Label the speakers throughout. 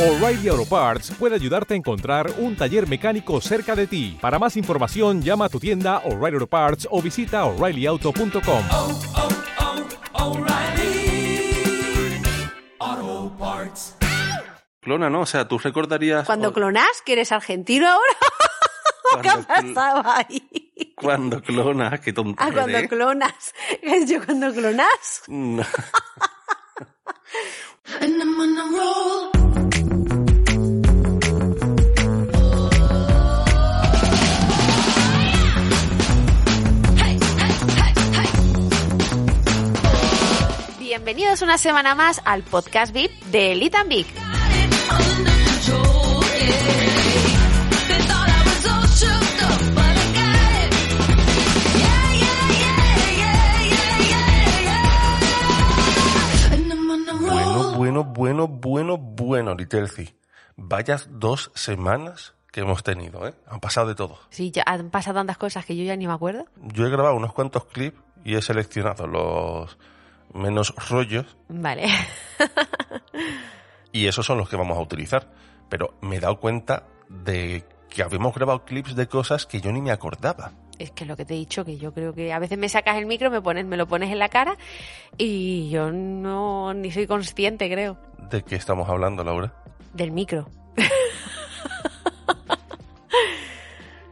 Speaker 1: O'Reilly Auto Parts puede ayudarte a encontrar un taller mecánico cerca de ti. Para más información, llama a tu tienda O'Reilly Auto Parts o visita oreillyauto.com.
Speaker 2: oh, oh, O'Reilly. Auto Parts.
Speaker 3: Clona, ¿no? O sea, tú recordarías...
Speaker 4: Cuando
Speaker 3: o-
Speaker 4: clonas, que eres argentino ahora. ¿Qué ha
Speaker 3: cuando cl-
Speaker 4: pasado ahí?
Speaker 3: Cuando clonas, qué tonto
Speaker 4: Ah, cuando
Speaker 3: eres.
Speaker 4: clonas. Yo cuando clonas.
Speaker 3: No.
Speaker 2: And I'm on a roll.
Speaker 4: Bienvenidos una semana más al podcast VIP de Elite and Big.
Speaker 2: Under control, yeah. Oh, They thought I was all shook up, but I got it. Yeah, yeah, yeah, yeah, yeah, yeah, yeah. And I'm on a
Speaker 3: Bueno,
Speaker 2: roll.
Speaker 3: bueno, bueno, bueno, bueno, Literci. Vayas dos semanas que hemos tenido, ¿eh? Han pasado de todo.
Speaker 4: Sí, ya han pasado tantas cosas que yo ya ni me acuerdo.
Speaker 3: Yo he grabado unos cuantos clips y he seleccionado los menos rollos
Speaker 4: Vale.
Speaker 3: y esos son los que vamos a utilizar. Pero me he dado cuenta de que habíamos grabado clips de cosas que yo ni me acordaba.
Speaker 4: Es que lo que te he dicho, que yo creo que a veces me sacas el micro, me, pones, me lo pones en la cara y yo no ni soy consciente, creo,
Speaker 3: ¿De qué estamos hablando, Laura?
Speaker 4: del micro.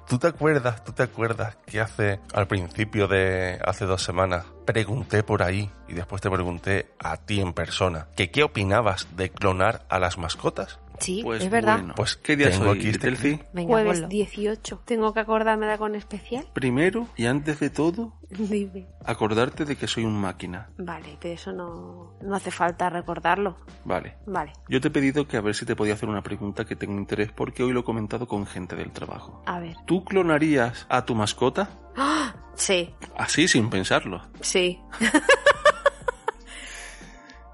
Speaker 3: ¿Tú te acuerdas, tú te acuerdas que hace, al principio de hace dos semanas, pregunté por ahí y después te pregunté a ti en persona que qué opinabas de clonar a las mascotas?
Speaker 4: Sí,
Speaker 5: Pues
Speaker 4: es verdad.
Speaker 5: bueno.
Speaker 3: Pues
Speaker 5: ¿Qué día
Speaker 3: tengo
Speaker 5: soy,
Speaker 3: aquí este-
Speaker 5: Telci?
Speaker 4: Venga,
Speaker 6: Jueves
Speaker 4: ponlo.
Speaker 6: 18.
Speaker 4: Tengo que acordarme de algo en especial.
Speaker 5: Primero y antes de todo,
Speaker 6: Dime.
Speaker 5: acordarte de que soy un máquina.
Speaker 6: Vale, pero eso no, no hace falta recordarlo.
Speaker 5: Vale.
Speaker 6: Vale.
Speaker 5: Yo te he pedido que a ver si te podía hacer una pregunta que tenga interés porque hoy lo he comentado con gente del trabajo.
Speaker 6: A ver.
Speaker 5: ¿Tú clonarías a tu mascota?
Speaker 6: Sí,
Speaker 5: Así sin pensarlo.
Speaker 6: sí.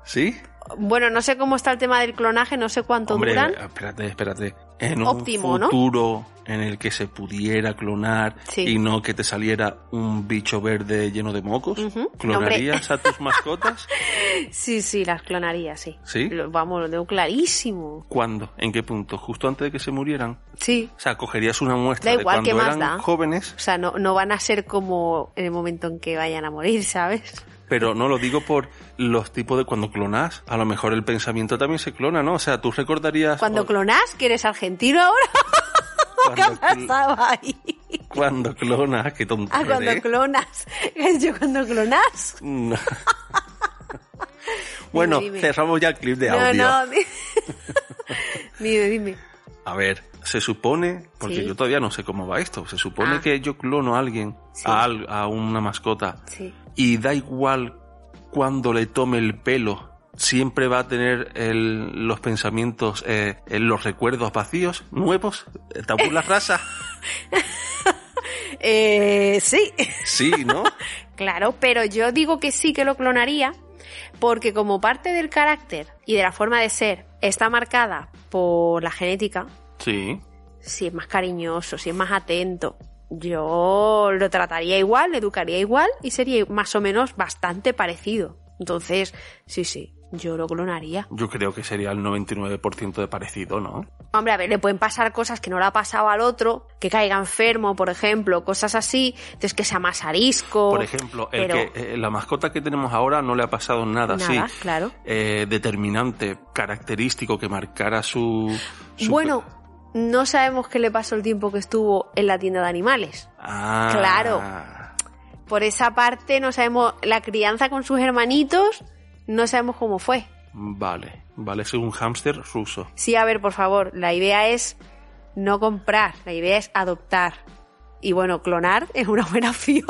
Speaker 5: ¿Sí?
Speaker 6: Bueno, no sé cómo está el tema del clonaje, no sé cuánto
Speaker 5: Hombre,
Speaker 6: duran.
Speaker 5: espérate, espérate. En
Speaker 6: Óptimo,
Speaker 5: un
Speaker 6: ¿no?
Speaker 5: futuro en el que se pudiera clonar
Speaker 6: Sí.
Speaker 5: y no que te saliera un bicho verde lleno de mocos,
Speaker 6: Ujú.
Speaker 5: ¿clonarías a tus mascotas?
Speaker 6: Sí, sí, las clonaría, sí.
Speaker 5: eh, ¿Sí?
Speaker 6: Lo- vamos, lo tengo clarísimo.
Speaker 5: ¿Cuándo? ¿En qué punto? ¿Justo antes de que se murieran?
Speaker 6: Sí.
Speaker 5: O sea, cogerías una muestra
Speaker 6: Da
Speaker 5: de
Speaker 6: igual,
Speaker 5: cuando
Speaker 6: ¿qué más
Speaker 5: eran
Speaker 6: da?
Speaker 5: jóvenes,
Speaker 6: O sea, no, no van a ser como en el momento en que vayan a morir, ¿sabes?
Speaker 5: pero no lo digo por los tipos de cuando clonas. A lo mejor el pensamiento también se clona, ¿no? O sea, tú recordarías
Speaker 6: Cuando
Speaker 5: o-
Speaker 6: clonas, que eres argentino ahora. ¿Qué ha
Speaker 5: cuando, cl-
Speaker 6: pasado ahí?
Speaker 5: cuando clonas, qué tonto
Speaker 6: Ah, cuando
Speaker 5: eres.
Speaker 6: clonas. Yo cuando clonas.
Speaker 5: No. bueno,
Speaker 6: dime.
Speaker 5: cerramos ya el clip de
Speaker 6: No,
Speaker 5: audio.
Speaker 6: no. di- dime, dime.
Speaker 5: A ver, se supone, porque
Speaker 6: Sí.
Speaker 5: yo todavía no sé cómo va esto, se supone
Speaker 6: Ah.
Speaker 5: que yo clono a alguien,
Speaker 6: Sí.
Speaker 5: a, al- a una mascota,
Speaker 6: Sí.
Speaker 5: y da igual cuando le tome el pelo, siempre va a tener el- los pensamientos, eh, eh, los recuerdos vacíos, nuevos, eh, tabú la raza.
Speaker 6: Eh, sí,
Speaker 5: Sí, ¿no?
Speaker 6: claro, pero yo digo que sí que lo clonaría porque como parte del carácter y de la forma de ser está marcada por la genética,
Speaker 5: Sí.
Speaker 6: si es más cariñoso, si es más atento, yo lo trataría igual, lo educaría igual y sería más o menos bastante parecido. Entonces, sí, sí, yo lo clonaría.
Speaker 5: Yo creo que sería el 99% de parecido, ¿no?
Speaker 6: Hombre, a ver, le pueden pasar cosas que no le ha pasado al otro, que caiga enfermo, por ejemplo, cosas así, entonces que sea más arisco.
Speaker 5: Por ejemplo, el
Speaker 6: Oh, pero-
Speaker 5: que, eh, la mascota que tenemos ahora no le ha pasado nada, así.
Speaker 6: Nada, claro.
Speaker 5: eh, determinante, característico que marcara su... su-
Speaker 6: Bueno, no sabemos qué le pasó el tiempo que estuvo en la tienda de animales.
Speaker 5: Ah.
Speaker 6: claro. Por esa parte no sabemos la crianza con sus hermanitos, no sabemos cómo fue.
Speaker 5: Vale, vale, es un hámster ruso.
Speaker 6: Sí, a ver, por favor, la idea es no comprar, la idea es adoptar. Y bueno, clonar es una buena opción.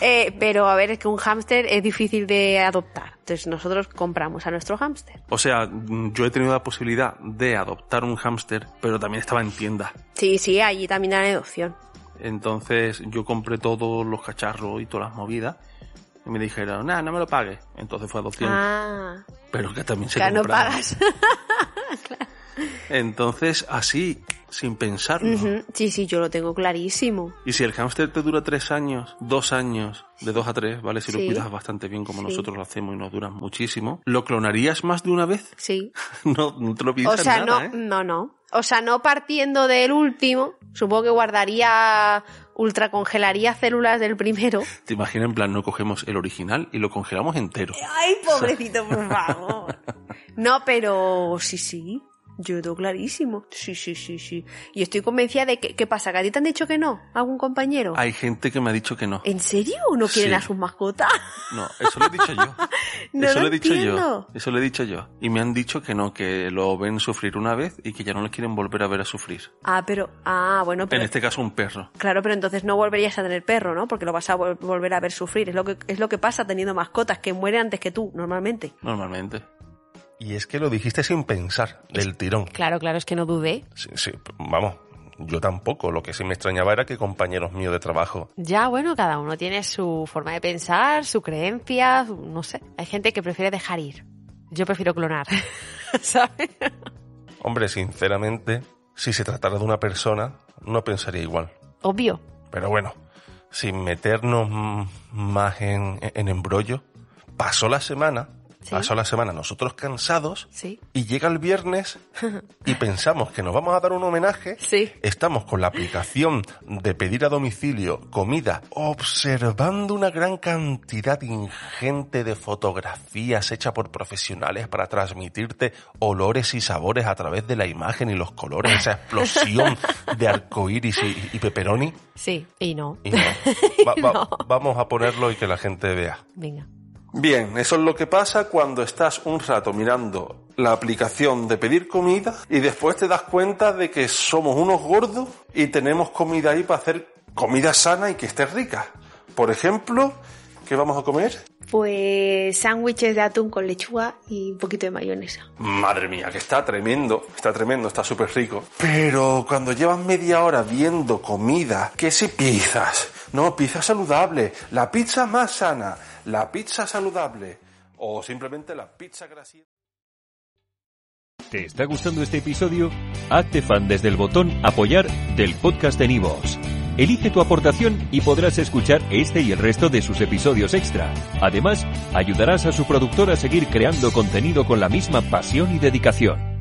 Speaker 6: Eh, pero a ver, es que un hámster es difícil de adoptar. Entonces nosotros compramos a nuestro hámster.
Speaker 5: O sea, mm, yo he tenido la posibilidad de adoptar un hámster, pero también estaba en tienda.
Speaker 6: Sí, sí, allí también hay adopción.
Speaker 5: Entonces yo compré todos los cacharros y todas las movidas. Y me dijeron, nah, no me lo pagues. Entonces fue adopción.
Speaker 6: Ah,
Speaker 5: pero que también se
Speaker 6: que no
Speaker 5: compraba.
Speaker 6: pagas.
Speaker 5: Entonces, así, sin pensarlo.
Speaker 6: Ujú, Sí, sí, yo lo tengo clarísimo.
Speaker 5: Y si el hámster te dura tres años, dos años, de dos a tres, ¿vale? Si lo
Speaker 6: Sí.
Speaker 5: cuidas bastante bien como
Speaker 6: Sí.
Speaker 5: nosotros lo hacemos y nos duran muchísimo, ¿lo clonarías más de una vez?
Speaker 6: Sí.
Speaker 5: no, no te lo
Speaker 6: O
Speaker 5: piensas
Speaker 6: sea, no,
Speaker 5: nada, ¿eh?
Speaker 6: no, no. O sea, no partiendo del último, supongo que guardaría, ultracongelaría células del primero.
Speaker 5: Te imaginas, en plan, no cogemos el original y lo congelamos entero.
Speaker 6: Ay, pobrecito, por favor. No, pero sí, sí. Yo lo tengo clarísimo. Sí, sí, sí, sí. Y estoy convencida de que, ¿qué pasa? ¿Que a ti te han dicho que no? ¿Algún compañero?
Speaker 5: Hay gente que me ha dicho que no.
Speaker 6: ¿En serio? ¿No quieren
Speaker 5: Sí.
Speaker 6: a sus mascotas?
Speaker 5: No, eso lo he dicho yo.
Speaker 6: No
Speaker 5: eso
Speaker 6: lo
Speaker 5: lo he dicho yo.
Speaker 6: entiendo.
Speaker 5: Eso lo he dicho yo. Y me han dicho que no, que lo ven sufrir una vez y que ya no les quieren volver a ver a sufrir.
Speaker 6: Ah, pero. Ah, bueno,
Speaker 5: En
Speaker 6: pero.
Speaker 5: este caso, un perro.
Speaker 6: Claro, pero entonces no volverías a tener perro, ¿no? Porque lo vas a vol- volver a ver sufrir. Es lo que, es lo que pasa teniendo mascotas, que mueren antes que tú, normalmente.
Speaker 5: Normalmente.
Speaker 3: Y es que lo dijiste sin pensar, del tirón.
Speaker 4: Claro, claro, es que no dudé.
Speaker 3: Sí, sí, vamos, yo tampoco. Lo que sí me extrañaba era que compañeros míos de trabajo
Speaker 4: Ya, bueno, cada uno tiene su forma de pensar, su creencia, su- no sé. Hay gente que prefiere dejar ir. Yo prefiero clonar, ¿sabes?
Speaker 3: Hombre, sinceramente, si se tratara de una persona, no pensaría igual.
Speaker 4: Obvio.
Speaker 3: Pero bueno, sin meternos mm, más en, en embrollo, pasó la semana,
Speaker 4: Sí.
Speaker 3: pasó la semana nosotros cansados,
Speaker 4: Sí.
Speaker 3: y llega el viernes y pensamos que nos vamos a dar un homenaje.
Speaker 4: Sí.
Speaker 3: Estamos con la aplicación de pedir a domicilio comida, observando una gran cantidad ingente de fotografías hechas por profesionales para transmitirte olores y sabores a través de la imagen y los colores, esa explosión de arcoíris y, y pepperoni.
Speaker 4: Sí. Y no.
Speaker 3: Y no. Va- va- Vamos a ponerlo y que la gente vea.
Speaker 4: Venga.
Speaker 5: Bien, eso es lo que pasa cuando estás un rato mirando la aplicación de pedir comida y después te das cuenta de que somos unos gordos y tenemos comida ahí para hacer comida sana y que esté rica. Por ejemplo, ¿qué vamos a comer?
Speaker 6: Pues sándwiches de atún con lechuga y un poquito de mayonesa.
Speaker 5: Madre mía, que está tremendo, está tremendo, está súper rico. Pero cuando llevas media hora viendo comida, que si pizzas, no, pizza saludable, la pizza más sana, la pizza saludable, o simplemente la pizza grasienta.
Speaker 7: ¿Te está gustando este episodio? Hazte fan desde el botón Apoyar del podcast de Nivos. Elige tu aportación y podrás escuchar este y el resto de sus episodios extra. Además, ayudarás a su productor a seguir creando contenido con la misma pasión y dedicación.